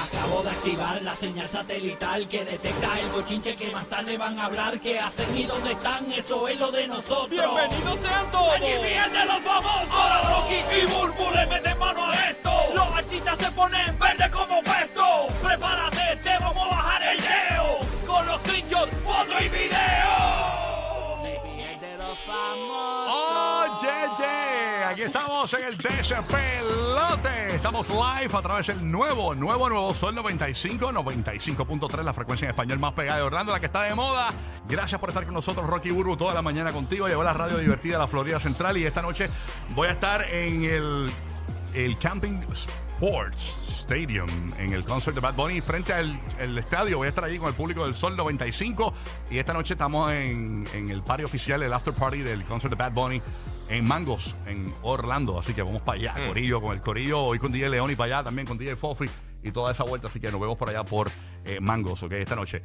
Acabo de activar la señal satelital que detecta el bochinche que más tarde van a hablar. ¿Qué hacen y dónde están? Eso es lo de nosotros. ¡Bienvenidos sean todos! ¡Aquí fíjense los famosos! Ahora Rocky y Burbu le meten mano a esto. Los artistas se ponen verde como puesto. Prepárate, te vamos a bajar el leo. Con los pinchos, foto y video. Oye, ye, aquí estamos en el despelote. Estamos live a través del nuevo, nuevo, nuevo Sol 95, 95.3, la frecuencia en español más pegada de Orlando, la que está de moda. Gracias por estar con nosotros, Rocky Burbu, toda la mañana contigo. Llevo la radio divertida a la Florida Central y esta noche voy a estar en el, el Camping Sports Stadium, en el concert de Bad Bunny, frente al el estadio. Voy a estar ahí con el público del Sol 95 y esta noche estamos en, en el party oficial, el after party del concert de Bad Bunny en Mangos, en Orlando. Así que vamos para allá, Corillo, con el Corillo, hoy con DJ León y para allá también con DJ Fofi y toda esa vuelta. Así que nos vemos por allá por eh, Mangos, ok, esta noche.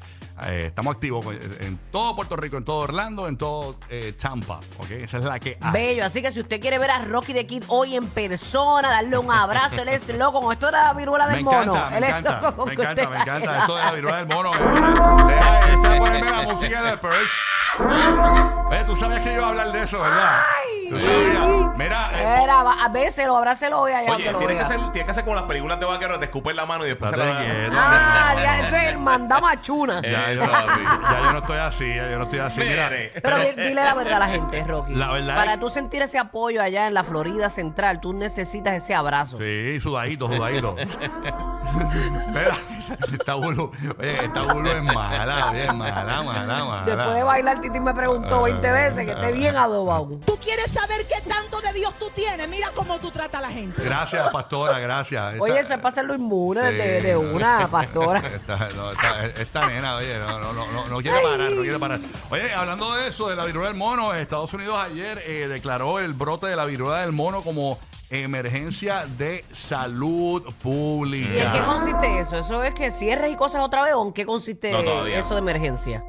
Eh, estamos activos con- en todo Puerto Rico, en todo Orlando, en todo eh, Tampa, ok. Esa es la que hay. Bello, así que si usted quiere ver a Rocky de Kid hoy en persona, darle un abrazo, él es loco con esto de la viruela del Me mono. encanta, me él es encanta, loco con me que encanta, usted me encanta. baila. Esto de la viruela del mono. eh. Deja de estar poniendo la música de Purge. Oye, tú sabías que iba a hablar de eso, ¿verdad? Tú sabías. Mira, eh, Era, va- abéselo, abrácelo hoy allá. Oye, donde lo tiene que, vea. hacer, tiene que hacer como las películas de vaqueros, te escupen la mano y después se estate la... quieto. Ah, ya, eso es el mandamachuna. Ya, Eso, yo- así. ya yo no estoy así, ya yo no estoy así. Mira, Mire. Pero di- dile la verdad a la gente, Rocky. La verdad Para es- tú sentir ese apoyo allá en la Florida Central, tú necesitas ese abrazo. Sí, sudadito, sudadito. Espera, esta bulu, oye, esta bulu es mala, oye, es mala, mala, mala. Después de bailar, Titi me preguntó 20 veces que esté bien adobado. Tú quieres saber qué tanto de Dios tú tienes. Mira cómo tú tratas a la gente. Gracias, pastora, gracias. Oye, Esta- eso es para hacerlo inmune Sí. de, de una, pastora. Esta, no, esta- esta nena, oye, no, no, no, no, no quiere parar, no quiere parar. Oye, hablando de eso, de la viruela del mono, Estados Unidos ayer eh, declaró el brote de la viruela del mono como emergencia de salud pública. ¿Y en qué consiste eso? ¿Eso es que cierres y cosas otra vez o en qué consiste No, todavía. eso de emergencia?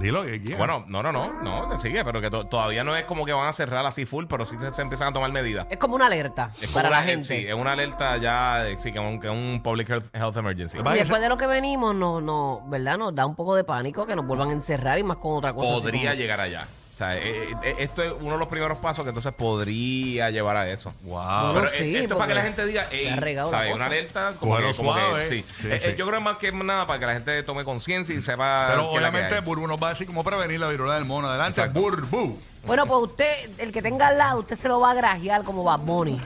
Dilo que quieras. Bueno, no, no, no, no, te sigue, pero que to- todavía no es como que van a cerrar así full, pero sí se, se empiezan a tomar medidas. Es como una alerta Es como para la una- gente. sí, es una alerta ya, eh, sí, que es un, que es un public health, health emergency. Va- Y después de lo que venimos, no, no, ¿verdad? Nos da un poco de pánico que nos vuelvan a encerrar y más con otra cosa. así Podría como- llegar allá. O sea, eh, eh, esto es uno de los primeros pasos que entonces podría llevar a eso. Wow. No, Pero, eh, sí, esto es para porque que la gente diga, se ha "Ey", regado la ¿sabes? cosa. Una alerta como Cógelo que, como que, suave. sí. Sí, Eh, sí. eh, Yo creo más que nada para que la gente tome conciencia y sepa. Pero qué es la que obviamente hay. Burbu nos va a decir cómo prevenir la viruela del mono. Adelante, Exacto. Burbu. Bueno, pues usted, el que tenga al lado, usted se lo va a grajear como Bad Bunny.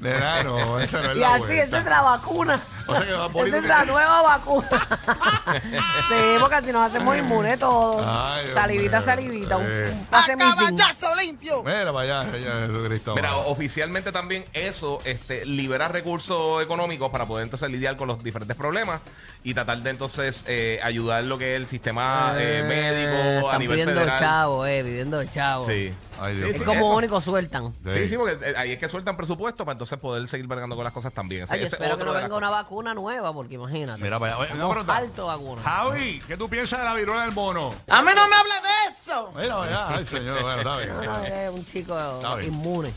Nena, no, esa no es Y la así, vuelta. esa es la vacuna. O sea que Bad Bunny esa es tiene- la nueva vacuna. sí, porque si nos hacemos inmunes todos. Ay, Dios salivita, mío. salivita. Un, Eh. un pase missing. limpio! Mira, vaya, señor Jesucristo. Mira, oficialmente también eso este, libera recursos económicos para poder entonces lidiar con los diferentes problemas y tratar de entonces eh, ayudar lo que es el sistema eh, Eh, médico a Están nivel pidiendo federal. chavo, eh, pidiendo chavo. Sí. Ay, Dios Es mío. como Eso. único sueltan. Sí, sí, porque eh, ahí es que sueltan presupuesto para entonces poder seguir vergando con las cosas también. Ese- Ay, yo ese es espero que no otro de las venga una cosas. vacuna nueva, porque imagínate. Mira, vaya. Oye, no, pero- Alto vacuna. Javi, ¿qué tú piensas de la viruela del mono? ¡A mí no me hable de eso! Mira, vaya. Ay, señor, bueno, está bien. No, Ah, no, Eh. es un chico bien. inmune.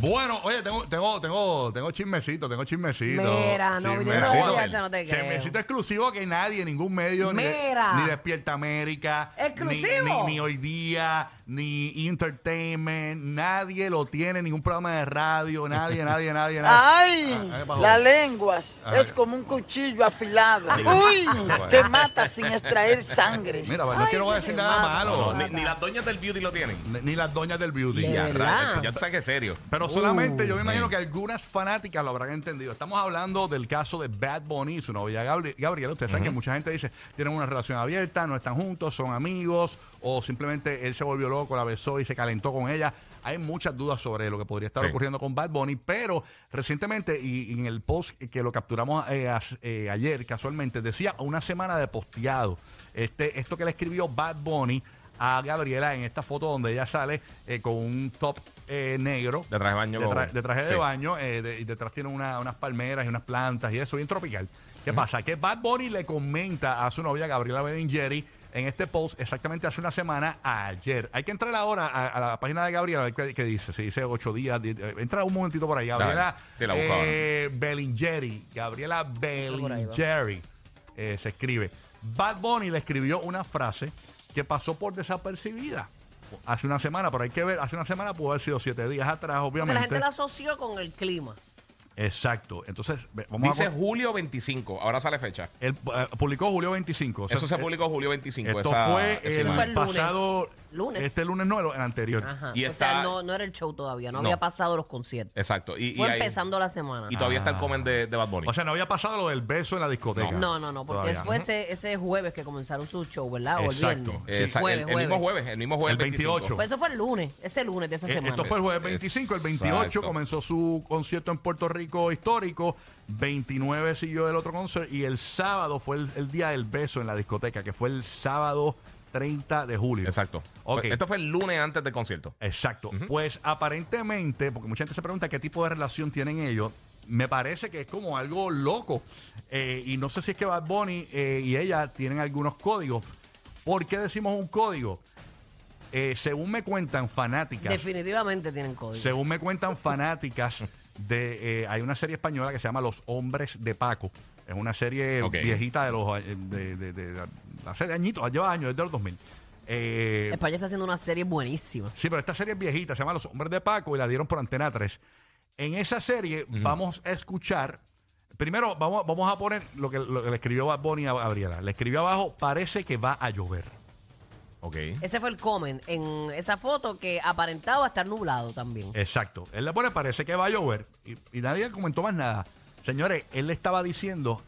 Bueno, oye, tengo, tengo, tengo, tengo chismecito, tengo chismecito. Mira, no, yo no, muchacho, no te creo. Chismecito exclusivo que nadie, ningún medio, ni, de- Mira. ni Despierta América, ni- Exclusivo. Ni, ni Hoy Día, ni Entertainment, nadie lo tiene, ningún programa de radio, nadie, nadie, nadie, nadie. ¡Ay! Ah, ahí bajó. Las lenguas Ah, es como un cuchillo afilado. ¡Uy! Te mata sin extraer sangre. Mira, pues, no Ay, quiero qué decir nada remate. malo, No, ni, ni las doñas del beauty lo tienen. ni, ni las doñas del beauty. De Ya, verdad. ra- ya tú sabes que es serio. Pero solamente Oh, yo me imagino que algunas fanáticas lo habrán entendido. Estamos hablando del caso de Bad Bunny y su novia Gabri- Gabriela. Ustedes saben que mucha gente dice, tienen una relación abierta, no están juntos, son amigos, o simplemente él se volvió loco, la besó y se calentó con ella. Hay muchas dudas sobre lo que podría estar Sí. ocurriendo con Bad Bunny, pero recientemente y, y en el post que lo capturamos eh, as- eh, ayer casualmente, decía una semana de posteado. Este, esto que le escribió Bad Bunny a Gabriela en esta foto donde ella sale eh, con un top eh, negro De traje de baño. de, tra- como- de traje de sí. baño eh, de- y detrás tiene una- unas palmeras y unas plantas y eso, bien tropical. ¿Qué pasa? Que Bad Bunny le comenta a su novia Gabriela Berengeri en este post exactamente hace una semana ayer. Hay que entrar ahora a, a la página de Gabriela, a ver qué, qué dice. Si dice ocho días, diez- eh, entra un momentito por ahí. Dale, Gabriela te la busco eh, Bellingeri. Gabriela por ahí va. Bellingeri eh, se escribe. Bad Bunny le escribió una frase que pasó por desapercibida hace una semana, pero hay que ver, hace una semana pudo haber sido siete días atrás, Porque obviamente. la gente lo asoció con el clima. Exacto. Entonces, ve- vamos Dice a... julio 25, ahora sale fecha. Él eh, publicó julio 25. o sea, Eso se eh, publicó julio 25. Esto esa- fue esa el, Eso fue el imagen. lunes. pasado Lunes. Este lunes no, el el anterior. Ajá. Y o está- sea, no, no era el show todavía, no, No. había pasado los conciertos. Exacto. Y, y Fue ahí- empezando la semana. Y todavía está el comen de, de Bad Bunny. Ah. O sea, no había pasado lo del beso en la discoteca. no, no, no, porque Todavía. fue ese, ese jueves que comenzaron su show, ¿verdad? O el Exacto. viernes. Eh, sa- Jueves, el, el mismo jueves. jueves, el mismo jueves El 28. Pues eso fue el lunes, ese lunes de esa Eh, semana. Esto fue el jueves 25, el 28 Exacto. comenzó su concierto en Puerto Rico histórico, 29 siguió el otro concierto y el sábado fue el, el día del beso en la discoteca, que fue el sábado 30 de julio. Exacto. Pues, Ok. Esto fue el lunes antes del concierto. Exacto. Pues aparentemente, porque mucha gente se pregunta qué tipo de relación tienen ellos, me parece que es como algo loco. Eh, y no sé si es que Bad Bunny eh, y ella tienen algunos códigos. ¿Por qué decimos un código? Eh, según me cuentan fanáticas, Definitivamente tienen código. según me cuentan fanáticas de eh, hay una serie española que se llama Los Hombres de Paco. Es una serie Ok. viejita de los eh, de, de- de- de- hace añitos, lleva años, es de los 2000. Eh, España está haciendo una serie buenísima. Sí, pero esta serie es viejita, se llama Los Hombres de Paco y la dieron por Antena 3. En esa serie vamos a escuchar. Primero, vamos, vamos a poner lo que, lo que le escribió Bad Bunny a Gabriela. Le escribió abajo, parece que va a llover. Ok. Ese fue el comment en esa foto que aparentaba estar nublado también. Exacto. Él le pone, parece que va a llover. Y, y nadie comentó más nada. Señores, él le estaba diciendo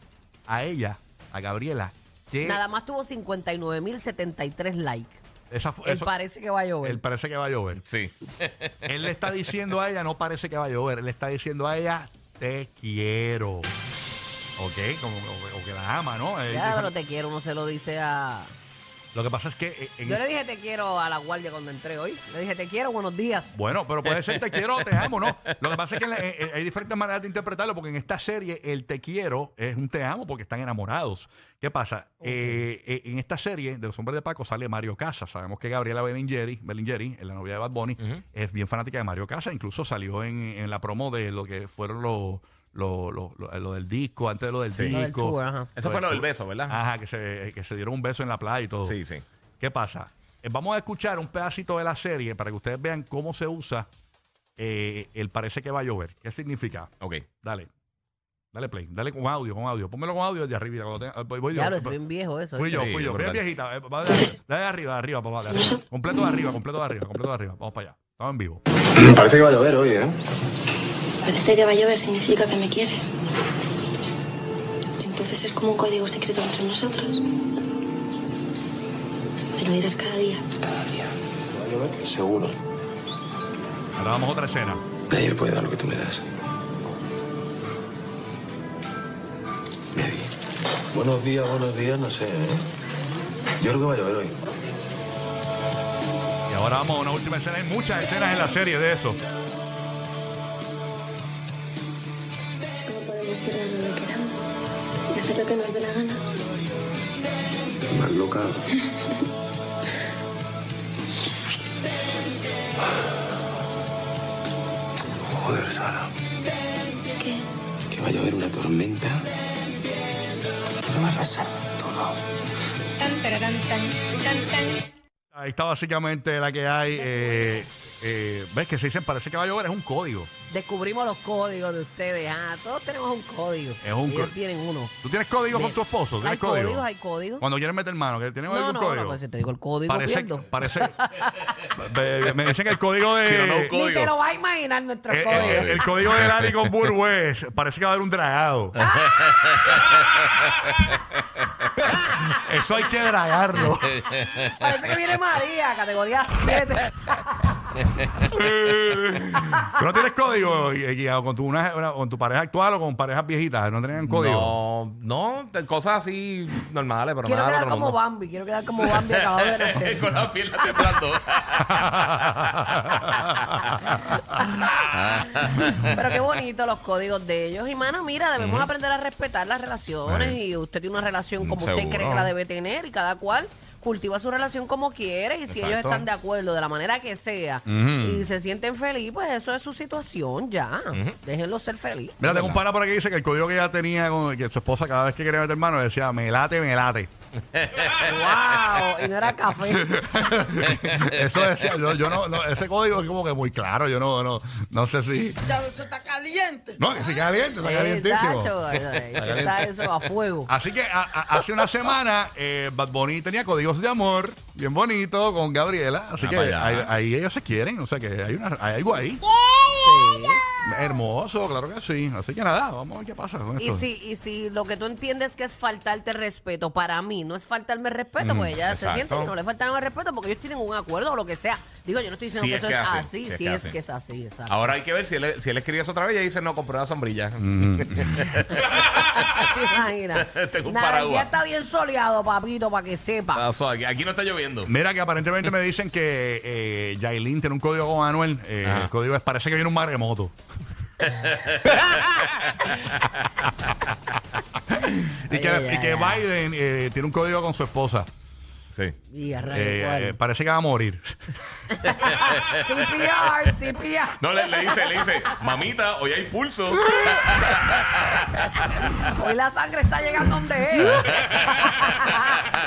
a ella, a Gabriela, que. Nada más tuvo 59.073 likes. esa fu- Él eso- parece que va a llover. él parece que va a llover. Sí. Él le está diciendo a ella, no parece que va a llover, él le está diciendo a ella, te quiero. Ok, como, o, o que la ama, ¿no? Él Ya, dice- pero te quiero, uno se lo dice a... Lo que pasa es que... eh, en- Yo le dije te quiero a la guardia cuando entré hoy. Le dije te quiero, buenos días. Bueno, pero puede ser te quiero o te amo, ¿no? Lo que pasa es que en la- eh, eh, hay diferentes maneras de interpretarlo, porque en esta serie el te quiero es un te amo porque están enamorados. ¿Qué pasa? Eh, eh, en esta serie de Los Hombres de Paco sale Mario Casas. Sabemos que Gabriela Bellingeri, Bellingeri en la novia de Bad Bunny, es bien fanática de Mario Casas. Incluso salió en, en la promo de lo que fueron los... Lo, lo- lo- lo del disco, antes de lo del Lo del disco. tour, ajá. Eso fue lo del tour. beso, ¿verdad? Ajá, que se, que se dieron un beso en la playa y todo. Sí, sí. ¿Qué pasa? Eh, Vamos a escuchar un pedacito de la serie para que ustedes vean cómo se usa eh, el parece que va a llover. ¿Qué significa? Ok. Dale. Dale play. Dale con audio, con audio. Pónmelo con audio desde arriba. cuando tenga- voy- voy yo. Ya lo es bien viejo eso. Fui ¿eh? yo, Sí, fui yo. Fui brutal. viejita. eh, va de, dale de arriba, de arriba, papá. de arriba. Completo de arriba, completo de arriba, completo de arriba. Vamos para allá. Estamos en vivo. Parece que va a llover hoy, ¿eh? Parece este que va a llover significa que me quieres. Entonces es como un código secreto entre nosotros. Me lo dirás cada día. Cada día. ¿Va a llover? Seguro. Ahora vamos a otra escena. Nadie me puede dar lo que tú me das. Nadie. Buenos días, buenos días, no sé. ¿eh? Yo creo que va a llover hoy. Y ahora vamos a una última escena. Hay muchas escenas en la serie de eso. Es como podemos irnos donde queramos y hacer lo que nos dé la gana. Más loca. Joder, Sara. ¿Qué? Que va a llover una tormenta. Que me va a arrasar todo. Ahí está básicamente la que hay. eh, eh, ¿Ves que se dicen parece que va a llover? Es un código. Descubrimos los códigos de ustedes. Ah, todos tenemos un código. Es un Ellos co- tienen uno. ¿Tú tienes código De- con tu esposo? ¿Tienes Hay código? códigos, hay códigos. Cuando quieres meter mano, que tienes No, algún no, código. no, pues si te digo el código, parece, pierdo. parece. Be- me dicen que el código de. Sí, no, no, un Ni código. te lo vas a imaginar nuestro eh, código. eh, el, código de Larry con Burwes parece que va a haber un dragado. Eso hay que dragarlo. Parece que viene María, categoría 7. ¿Tú no tienes código eh, guiado con tu, una- una- con tu pareja actual o con parejas viejitas? ¿No tenían código? No, no, te- cosas así normales, pero quiero nada. del quedar otro como mundo. Bambi, quiero quedar como Bambi acabado de nacer. Con las piernas temblando. Pero qué bonito los códigos de ellos. Y, mano, mira, debemos aprender a respetar las relaciones. Y usted tiene una relación como usted Seguro. cree que la debe tener y cada cual. cultiva su relación como quiere y si ellos Exacto. están de acuerdo de la manera que sea Ujú. y se sienten feliz, pues eso es su situación ya. Déjenlo ser feliz. Mira, tengo un pana por aquí que dice que el código que ella tenía, con, que su esposa cada vez que quería meter mano decía, me late, me late. wow, y no era café. Eso decía, yo, yo no, no, ese código es como que muy claro, yo no, no, no sé si... Ya, eso está caliente. No, que si caliente, está Eh, calientísimo. tacho, eh, está eso a fuego. Así que a- a- hace una semana eh, Bad Bunny tenía códigos de amor, bien bonito, con Gabriela. Así Ah, que vaya. ahí, ahí ellos se quieren, o sea que hay, una, hay algo ahí. Sí. Hermoso, claro que sí. Así que nada, vamos a ver qué pasa con esto. Y si, y si lo que tú entiendes que es faltarte respeto, para mí no es faltarme respeto, porque ya se exacto. sienten que no le faltaron el respeto porque ellos tienen un acuerdo o lo que sea. Digo, yo no estoy diciendo Si que es eso que es hacen, así, si, es, que es así, exacto. Ahora hay que ver si él, si él escribe eso otra vez y dice, no, compré una sombrilla. ¿Te imaginas? Tengo un Nah, el paraguas. Ah. día está bien soleado, papito, para que sepa. Pasó, aquí, aquí no está lloviendo. Mira que aparentemente me dicen que eh, Yailin tiene un código con Anuel. Eh, Ajá. el código es parece que viene un maremoto. y que, Ay, ay, y que ay, ay. Biden eh, tiene un código con su esposa. Sí. Y a rayos, Eh, ¿cuál? eh, parece que va a morir. CPR, CPR. No, le, le dice, le dice, mamita, hoy hay pulso. Hoy la sangre está llegando donde es.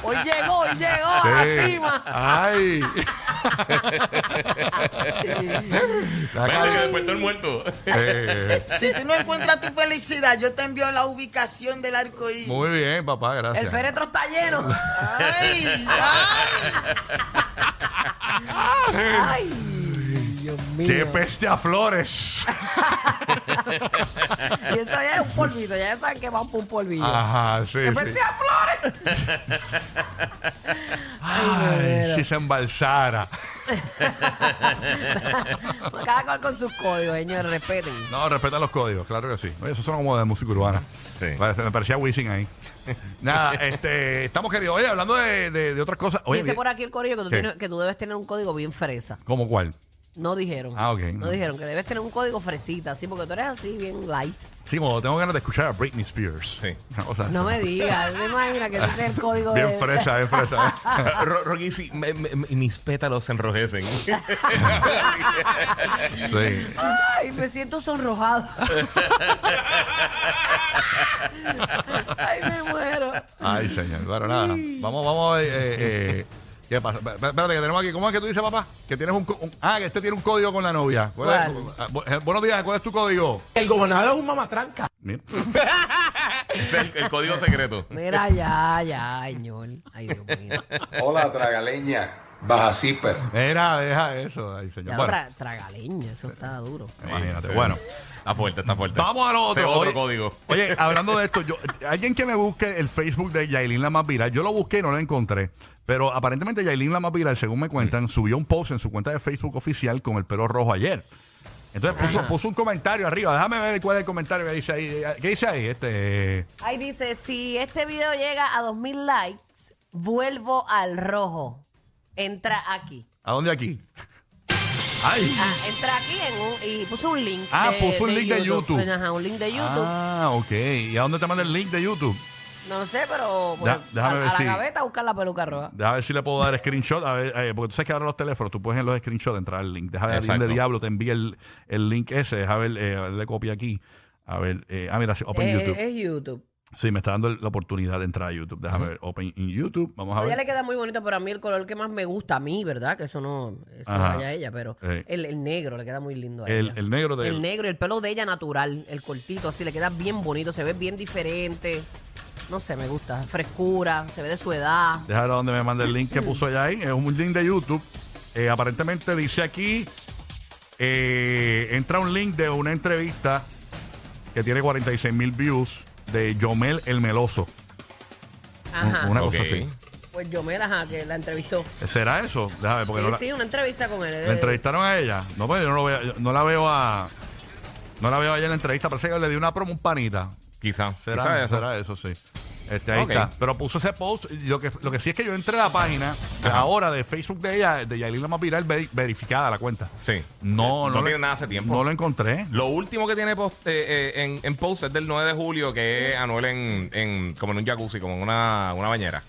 hoy llegó, hoy llegó Sí. a la cima. Ay. Está Vente, que caliente. después estoy muerto. Eh, Si tú no encuentras tu felicidad, yo te envío la ubicación del arco iris. muy bien, papá, El gracias. féretro está lleno. Ay, ay. Ay, Dios mío. ¡Qué peste a flores! Y eso ya es un polvito, ya saben que van por un polvillo. Ajá, Ah, sí. ¡Que sí. perdí a flores! Ay, si se embalsara. Pues Cada cual con sus códigos, señores, respeten. No, respeta los códigos, claro que sí. Oye, eso suena como de música urbana. Sí. Parece- Me parecía Wisin ahí. Nada, este, estamos queridos. Oye, hablando de, de- de otras cosas. Oye, Dice bien- por aquí el corillo que tú, ¿Qué? tienes- que tú debes tener un código bien fresa. ¿Cómo cuál? No dijeron. Ah, ok. No dijeron que debes tener un código fresita, así, porque tú eres así, bien light. Sí, como tengo ganas de escuchar a Britney Spears. Sí. O sea, No me digas, te imaginas que ese es el código Bien de... fresa, bien fresa. ¿eh? Ro- Rocky, sí, me- me- me- mis pétalos se enrojecen. sí. Ay, me siento sonrojado. Ay, me muero. Ay, señor. Bueno, nada. Vamos, vamos. eh, eh, eh, ¿Qué pasa? Espérate, que tenemos aquí. ¿Cómo es que tú dices, papá? Que tienes un, co- un- Ah, que este tiene un código con la novia. ¿Cuál es- ¿Cuál? ah, bu- eh, buenos días, ¿cuál es tu código? El gobernador es un mamatranca. Mira. Ese es el, el código secreto. Mira, ya, ya, señor. Ay, Dios mío. Hola, tragaleña. Baja zipper. Mira, deja eso. Ay, señor. Ya lo Bueno, tra- tragaleño, eso está duro. imagínate. Sí. Bueno. Está fuerte, está fuerte. Vamos a lo Ese otro. es Oye- código. Oye, hablando de esto, yo, alguien que me busque el Facebook de Yailin la más viral, yo lo busqué y no lo encontré. Pero aparentemente Yailin la más viral, según me cuentan, subió un post en su cuenta de Facebook oficial con el pelo rojo ayer. Entonces Ah. puso, puso un comentario arriba. Déjame ver cuál es el comentario que dice ahí. ¿Qué dice ahí? Este. Ahí dice, si este video llega a 2000 likes, vuelvo al rojo. Entra aquí. ¿A dónde aquí? ¡Ay! Ah, entra aquí en un- y puso un link. Ah, puso un link de YouTube. Ajá, un link de YouTube. Ah, ok. ¿Y a dónde te manda el link de YouTube? No sé, pero bueno, Ya, déjame a, ver a si- la gaveta a buscar la peluca roja. Deja ver si le puedo dar screenshot. A ver, eh, porque tú sabes que ahora los teléfonos, tú puedes en los screenshots entrar al link. Deja ver, alguien de Exacto. diablo te envía el, el link ese. Deja ver, eh, le copia aquí. A ver, eh, ah, mira, sí, Open Es- YouTube. Es, es YouTube. Sí, me está dando el- la oportunidad de entrar a YouTube. Déjame ver, Open in YouTube. Vamos a A ella ver. le queda muy bonito, pero a mí el color que más me gusta, a mí, ¿verdad? Que eso no, eso no Ajá. vaya a ella, pero Sí. el, el negro le queda muy lindo a El, ella. el negro de El negro, el pelo de ella natural, el cortito, así le queda bien bonito, se ve bien diferente. No sé, me gusta. Frescura, se ve de su edad. Deja ver a dónde me manda el link que puso allá ahí. Es un link de YouTube. Eh, aparentemente dice aquí: eh, entra un link de una entrevista que tiene 46 mil views de Yomel el Meloso. Ajá. Una Ok. cosa así. Pues Yomel, ajá, que la entrevistó. ¿Será eso? Déjame, porque Sí, no la, sí, una entrevista con él. Eh. la entrevistaron a ella. No, pues yo no, lo veo- yo no la veo a. No la veo a ella en la entrevista. Parece que le dio una promo a un panita. Quizá. Será, quizá eso. será eso, sí. Este, ahí Ok. está. Pero puso ese post. y Lo que, lo que sí es que yo entré a la página de Ajá. ahora de Facebook de ella, de Yailin la más viral, veri- verificada la cuenta. Sí. No, Eh, No no. lo- tiene nada hace tiempo. No lo encontré. Lo último que tiene post, eh, eh, en, en post es del 9 de julio, que es Anuel en, en- como en un jacuzzi, como en una, una bañera.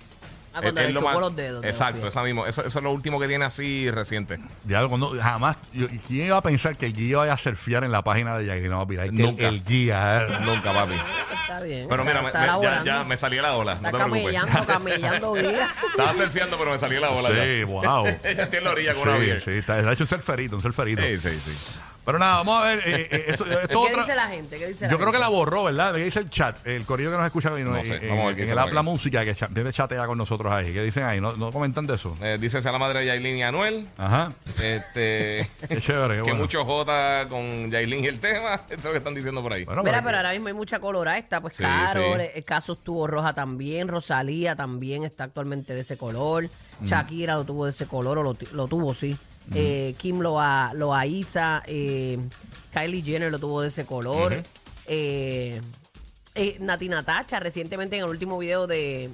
Ah, cuando Es- le es lo chupó más- los dedos de los Exacto, pies. esa mismo. Eso, eso es lo último que tiene así reciente. Diálogo, no, jamás. yo- ¿Quién iba a pensar que el guía vaya a surfear en la página de Jackie? No, mira, es que el- Nunca. El, guía. eh. Nunca, papi. Está bien. Pero mira, ¿Eh? me- Está me- ya, elaborando. ya me salí la ola. Está no te camellando, preocupes. camellando vida. Estaba surfeando, pero me salí la ola. Sí, wow. Ya. Estoy en la orilla con una Sí, vieja. sí, está, está hecho un surferito, un surferito. oh. Sí, sí, sí. Pero nada, vamos a ver. eh, eh, esto- esto ¿Qué otra- dice la gente? ¿Qué dice Yo creo que la borró, ¿verdad? ¿Qué dice el chat? El corrido que nos escucha hoy, ¿no? No sé, Eh, vamos a ver qué en dice el por Apla aquí. Música, que cha- debe chatear con nosotros ahí. ¿Qué dicen ahí? ¿No, no comentan de eso? Eh, dice sea la madre de Yailin y Anuel. Ajá. Este, Qué chévere. qué que bueno. mucho jota con Yailin y el tema. Eso es lo que están diciendo por ahí. Bueno, Mira, pero- pero ahora mismo hay mucha colorada. Está, pues Sí, claro. sí. Casos tuvo roja también. Rosalía también está actualmente de ese color. Mm. Shakira lo tuvo de ese color, o lo, ti- lo tuvo, sí. Eh, Kim lo, a- lo aiza. eh, Kylie Jenner lo tuvo de ese color. eh, eh, Nati Natacha, recientemente en el último video de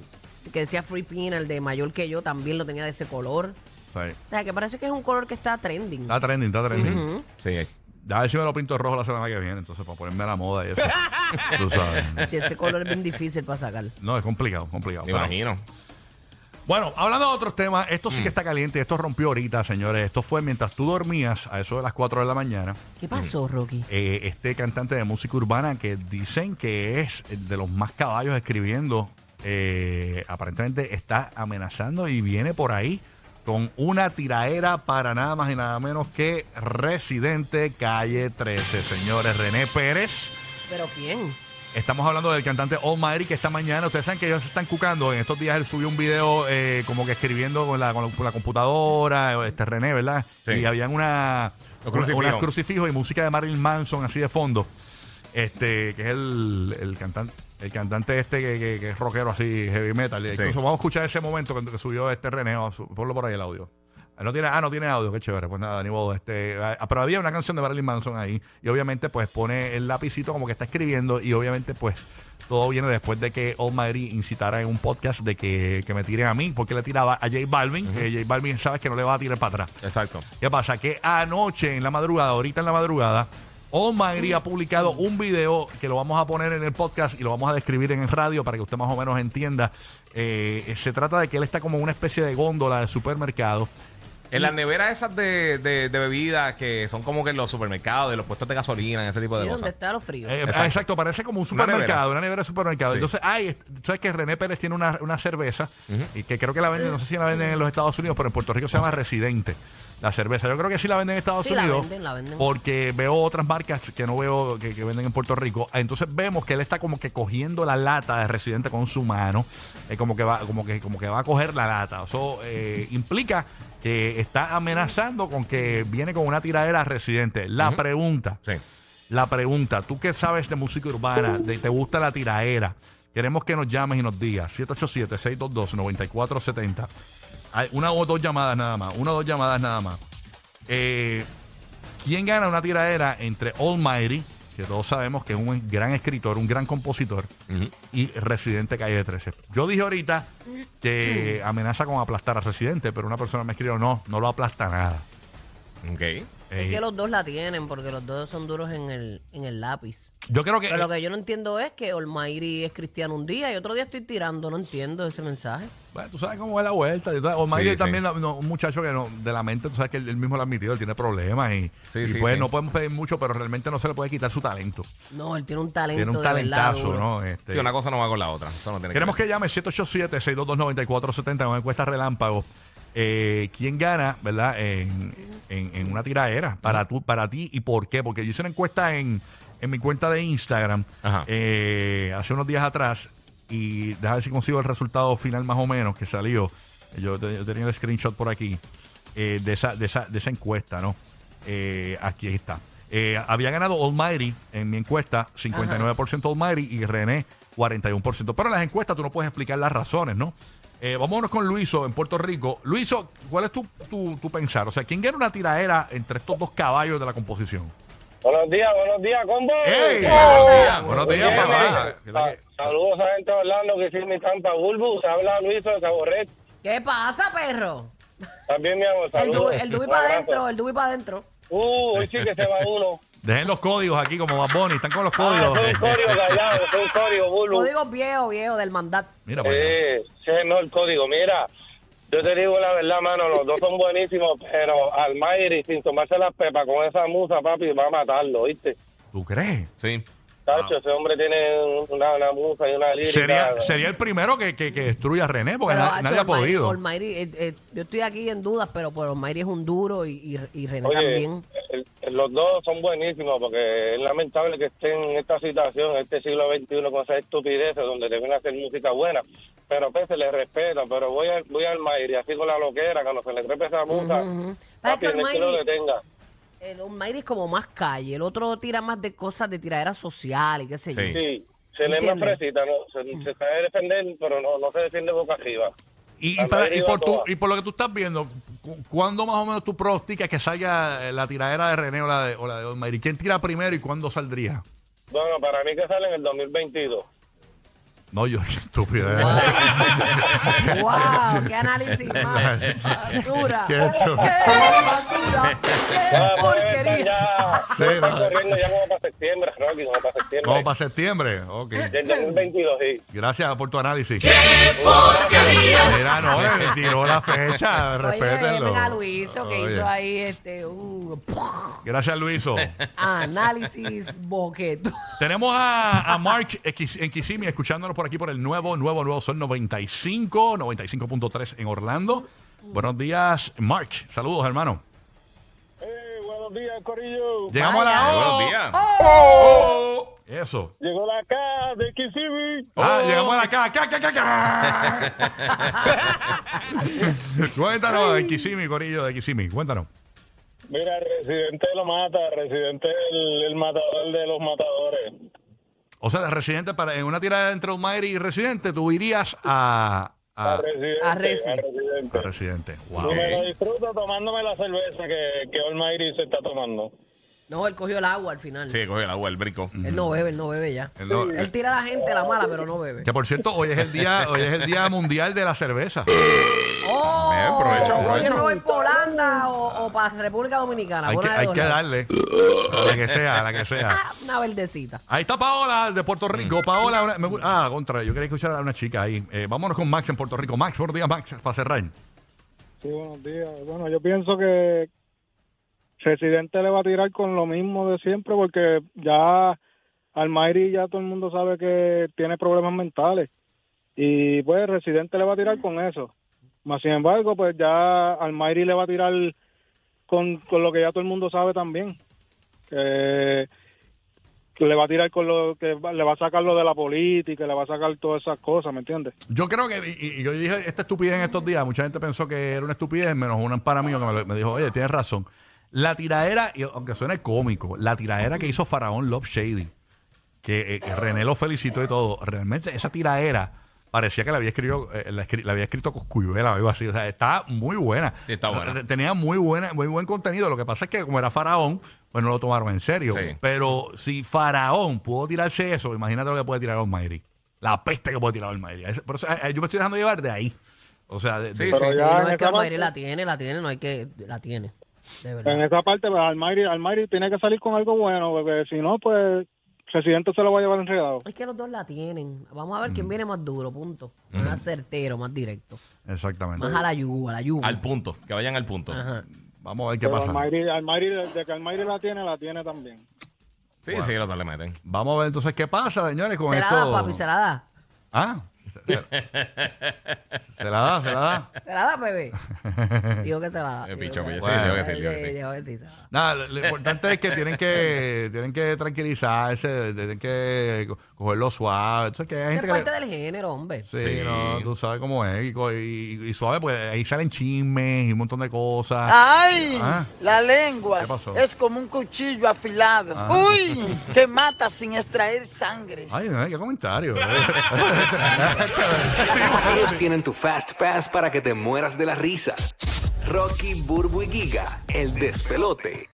que decía Free Pin, el de mayor que yo, también lo tenía de ese color. Sí. O sea, que parece que es un color que está trending. Está trending, está trending. Sí. Ya a ver si me lo pinto rojo la semana que viene, entonces para ponerme a la moda y eso. Tú sabes. Sí, ese color es bien difícil para sacar. No, es complicado, complicado. Me Pero- imagino. Mm. Bueno, hablando de otros temas, esto sí que está caliente, esto rompió ahorita, señores. Esto fue mientras tú dormías, a eso de las 4 de la mañana. ¿Qué Mm. pasó, Rocky? eh, este cantante de música urbana que dicen que es el de los más caballos escribiendo, eh, aparentemente está amenazando y viene por ahí con una tiraera para nada más y nada menos que Residente Calle 13. Señores, René Pérez. ¿Pero quién? Estamos hablando del cantante Almighty que esta mañana, ustedes saben que ellos se están cucando. En estos días él subió un video eh, como que escribiendo con la, con la- con la computadora, este René, ¿verdad? Sí. Y habían una, Los una- crucifijos. unas crucifijos y música de Marilyn Manson así de fondo. Este, que es el, el cantante, el cantante este que, que- que es rockero así, heavy metal. Sí. Incluso vamos a escuchar ese momento cuando que subió este René, o su- ponlo por ahí el audio. Ah, No tiene, ah, no tiene audio, qué chévere. Pues nada, ni modo. Este, ah, pero había una canción de Marilyn Manson ahí. Y obviamente, pues pone el lapicito como que está escribiendo. Y obviamente, pues todo viene después de que Almighty incitara en un podcast de que, que me tiren a mí, porque le tiraba a J Balvin. que J Balvin sabes que no le va a tirar para atrás. Exacto. ¿Qué pasa? Que anoche en la madrugada, ahorita en la madrugada, Almighty ha publicado un video que lo vamos a poner en el podcast y lo vamos a describir en el radio para que usted más o menos entienda. Eh, se trata de que él está como en una especie de góndola de supermercado. En las neveras esas de, de, de bebidas que son como que en los supermercados, de los puestos de gasolina, ese tipo Sí, de ¿dónde cosas. está los fríos? Eh, ah, exacto. Exacto. parece como un Una nevera. supermercado, una nevera, de supermercado. Sí. Entonces, ay, est- tú sabes que René Pérez tiene una, una cerveza y que creo que la venden, no sé si la venden en los Estados Unidos, pero en Puerto Rico se llama Residente. La cerveza, yo creo que sí la venden en Estados Sí, la Unidos. venden, la venden. Porque veo otras marcas que no veo que, que venden en Puerto Rico. Ah, Entonces vemos que él está como que cogiendo la lata de Residente con su mano. eh, como que va, como que, como que va a coger la lata. Eso eh, implica que está amenazando con que viene con una tiradera a Residente. La pregunta. Sí. La pregunta, tú que sabes de música urbana, de, te gusta la tiraera, queremos que nos llames y nos digas 787-622-9470. Hay una o dos llamadas nada más, una o dos llamadas nada más. Eh, ¿Quién gana una tiraera entre Almighty, que todos sabemos que es un gran escritor, un gran compositor, y Residente Calle 13? Yo dije ahorita que amenaza con aplastar a Residente, pero una persona me escribió, no, no lo aplasta nada. Ok. Eh, Es que los dos la tienen porque los dos son duros en el, en el lápiz. yo creo que... Pero lo que yo no entiendo es que Olmairi es cristiano un día y otro día estoy tirando. No entiendo ese mensaje. Bueno, tú sabes cómo es la vuelta. Yo- O Mayri Sí, sí. también, la- no, un muchacho que no, de la mente, tú sabes que él, él mismo lo ha admitido, él tiene problemas y, Sí, y sí, pues sí. no podemos pedir mucho, pero realmente no se le puede quitar su talento. No, él tiene un talento tiene un de verdad. talentazo, duro. ¿no? Este, Sí, una cosa no va con la otra. Eso no tiene Queremos que, que llame 787-622-9470 con encuesta relámpago. Eh, ¿Quién gana, verdad? En, en- en una tiraera para, tú, para ti y por qué. Porque yo hice una encuesta en, en mi cuenta de Instagram Ajá. eh, hace unos días atrás y déjame ver si consigo el resultado final más o menos que salió. Yo, te- yo tenía el screenshot por aquí eh, de, esa, de, esa, de esa encuesta, ¿no? Eh, aquí está. Eh, había ganado Almighty en mi encuesta 59% Almighty y René 41%. Pero en las encuestas tú no puedes explicar las razones, ¿no? Eh, vámonos con Luiso en Puerto Rico. Luiso, ¿cuál es tu, tu, tu pensar? O sea, ¿quién gana una tiraera entre estos dos caballos de la composición? Buenos días, buenos días, combo. ¡Ey! días, Buenos Oye, días, Bien, papá. ¿Qué tal sa- que- Saludos a gente de Orlando que sí mi Tampa Bulbu. Se habla Luis de Caborret. ¿Qué pasa, perro? También mi amor, El, du saludos. el Un Dubi para abrazo. adentro, el Dubi para adentro. Uh, hoy sí que se va uno. Dejen los códigos aquí como Bad Bunny. Están con los Ah, códigos. Eh, es un código callado, es un código, Lo Bulbu. digo viejo, viejo, del mandat. Mira, para allá. Sí, ese es el mejor código. Mira, yo te digo la verdad, mano, los dos son buenísimos, pero Almayri sin tomarse las pepas con esa musa, papi, va a matarlo, ¿viste? ¿Tú crees? Sí. Eh, Tacho, ese hombre tiene una, una musa y una lírica. Sería, sería el primero que, que, que destruya a René, porque Pero, na- hacho, nadie ha Almighty- podido. Almighty, eh, eh, yo estoy aquí en dudas, pero por Almighty es un duro y, y, y René Oye, también. el- el- los dos son buenísimos porque es lamentable que estén en esta situación, en este siglo XXI, con esas estupideces donde deben hacer música buena. Pero pues se les respeta, pero voy al voy al Mayri, así con la loquera, cuando se le trepe esa musa, Ujú. Pero es papi, que en el estilo Almighty- que tenga. El Almighty es como más calle, el otro tira más de cosas de tiraderas sociales, qué sé Sí. yo. Sí, se le más Entiende. fresita, ¿no? Mm. se, se sabe defender, pero no, no se defiende boca arriba. Y, y Al para- Madrid y va por tu- toda. y por lo que tú estás viendo, cu- ¿cuándo más o menos tú pronosticas que salga eh, la tiradera de René o la de, o la de Olmairi? ¿Quién tira primero y cuándo saldría? Bueno, para mí que sale en el 2022. No, yo, qué estúpido. ¿eh? ¡Wow! ¡Qué análisis más! ¡Basura! Qué ¡Qué estúpido. basura! Ah, ¡Qué pues, están porquería! ya, Sí, están no. corriendo ya como para septiembre, Rocky, como para septiembre. Como para septiembre. Ok. Del 2022, sí. Gracias por tu análisis. Mira, no, le tiró la fecha. Oye, Respétenlo. ven a Luiso que Oye. hizo ahí este un Gracias, Luiso. análisis boqueto. Tenemos a, a Mark en Quis- en Kissimmee escuchándonos por aquí por el nuevo, nuevo, nuevo Sol 95, 95.3 en Orlando. Buenos días, Mark. Saludos, hermano. Eh, buenos días, Corillo. Llegamos a la Vaya. hora. Buenos días. Eso. Llegó la casa de Kissimmee. Ah, llegamos a la caja. Ca, ca, ca, ca. Cuéntanos, de Kissimmee, Corillo, de Kissimmee. Cuéntanos. Mira, Residente lo mata, Residente el, el matador de los matadores. O sea, de residente, para, en una tirada entre Almighty y residente, tú irías a, a, Ah. A Residente. a Resi. a Residente. a residente. Wow. Yo me lo disfruto tomándome la cerveza que, que Olmairi se está tomando. No, él cogió el agua al final. Sí, coge el agua, el brico. Él no bebe, él no bebe ya. Él no- Él tira a la gente la mala, pero no bebe. Que por cierto, hoy es el día, hoy es el día mundial de la cerveza. ¡Oh! Bien, provecho, Oye, provecho. me voy para Holanda o, o para República Dominicana. Hay que, Una de hay dos, que ¿no? darle. A la que sea, a la que sea. Ah, Una verdecita. Ahí está Paola de Puerto Rico. Paola, una- me gu- ah, contra, yo quería escuchar a una chica ahí. Eh, vámonos con Max en Puerto Rico. Max, buenos días, Max, para cerrar. Sí, buenos días. Bueno, yo pienso que Residente le va a tirar con lo mismo de siempre porque ya Almairi ya todo el mundo sabe que tiene problemas mentales y pues Residente le va a tirar con eso. Más sin embargo, pues ya Almairi le va a tirar con, con lo que ya todo el mundo sabe también. Que que le va a tirar con lo que va- le va a sacar lo de la política, le va a sacar todas esas cosas, ¿me entiendes? Yo creo que, y, y yo dije esta estupidez en estos días, mucha gente pensó que era una estupidez, menos un para mío que me, lo- me dijo, oye, tienes razón. La tiradera, y aunque suene cómico, la tiradera que hizo Faraón Love Shady, que, eh, que René lo felicitó y todo, realmente esa tiradera parecía que la había escrito, eh, la, escri- la había escrito Coscuyuela o algo así, o sea, está muy buena. Sí, está buena. Re- Tenía muy, buena, muy buen contenido, lo que pasa es que como era Faraón, pues no lo tomaron en serio. Sí. Pero si Faraón pudo tirarse eso, imagínate lo que puede tirar Olmairi. La peste que puede tirar Olmairi. Es- Por eso, eh, eh, yo me estoy dejando llevar de ahí. O sea, de- de- Sí, sí, Sí, ya en no es que esa Almairi parte- la tiene, la tiene, no hay que. La tiene. De En verdad. esa parte, pues, Almairi, Almairi tiene que salir con algo bueno, porque si no, pues, Residente se lo va a llevar enredado. Es que los dos la tienen. Vamos a ver Mm. quién viene más duro, punto. Más certero, más directo. exactamente. Más a la yugo, a la yugo. Al punto, que vayan al punto. Ajá. Vamos a ver qué Pero pasa. Almairi, Almairi, de que Almairi la tiene, la tiene también. Sí, sí, los dos le meten. Vamos a ver entonces qué pasa, señores, con Se la esto. da, papi, se la da. Ah. Se se la da, se la da. Se la da, bebé. Digo que se la da. Eh, digo picho, que picho. se Sí, la digo da. que sí, digo que sí. Digo que sí, se la da. Nada, lo, lo importante es que tienen que tienen que tranquilizarse, tienen que co- cogerlo suave. Entonces, que hay Es gente que le- parte del género, hombre. Sí, Sí. no, tú sabes cómo es. Y, co- y- y suave, pues ahí salen chismes y un montón de cosas. ¡Ay! Ah. La lengua ¿Qué pasó? es como un cuchillo afilado. Ah. ¡Uy! Que mata sin extraer sangre. Ay, ay, qué comentario. eh. Ellos tienen tu Fast Pass para que te mueras de la risa. Rocky, Burbu y Giga, el despelote.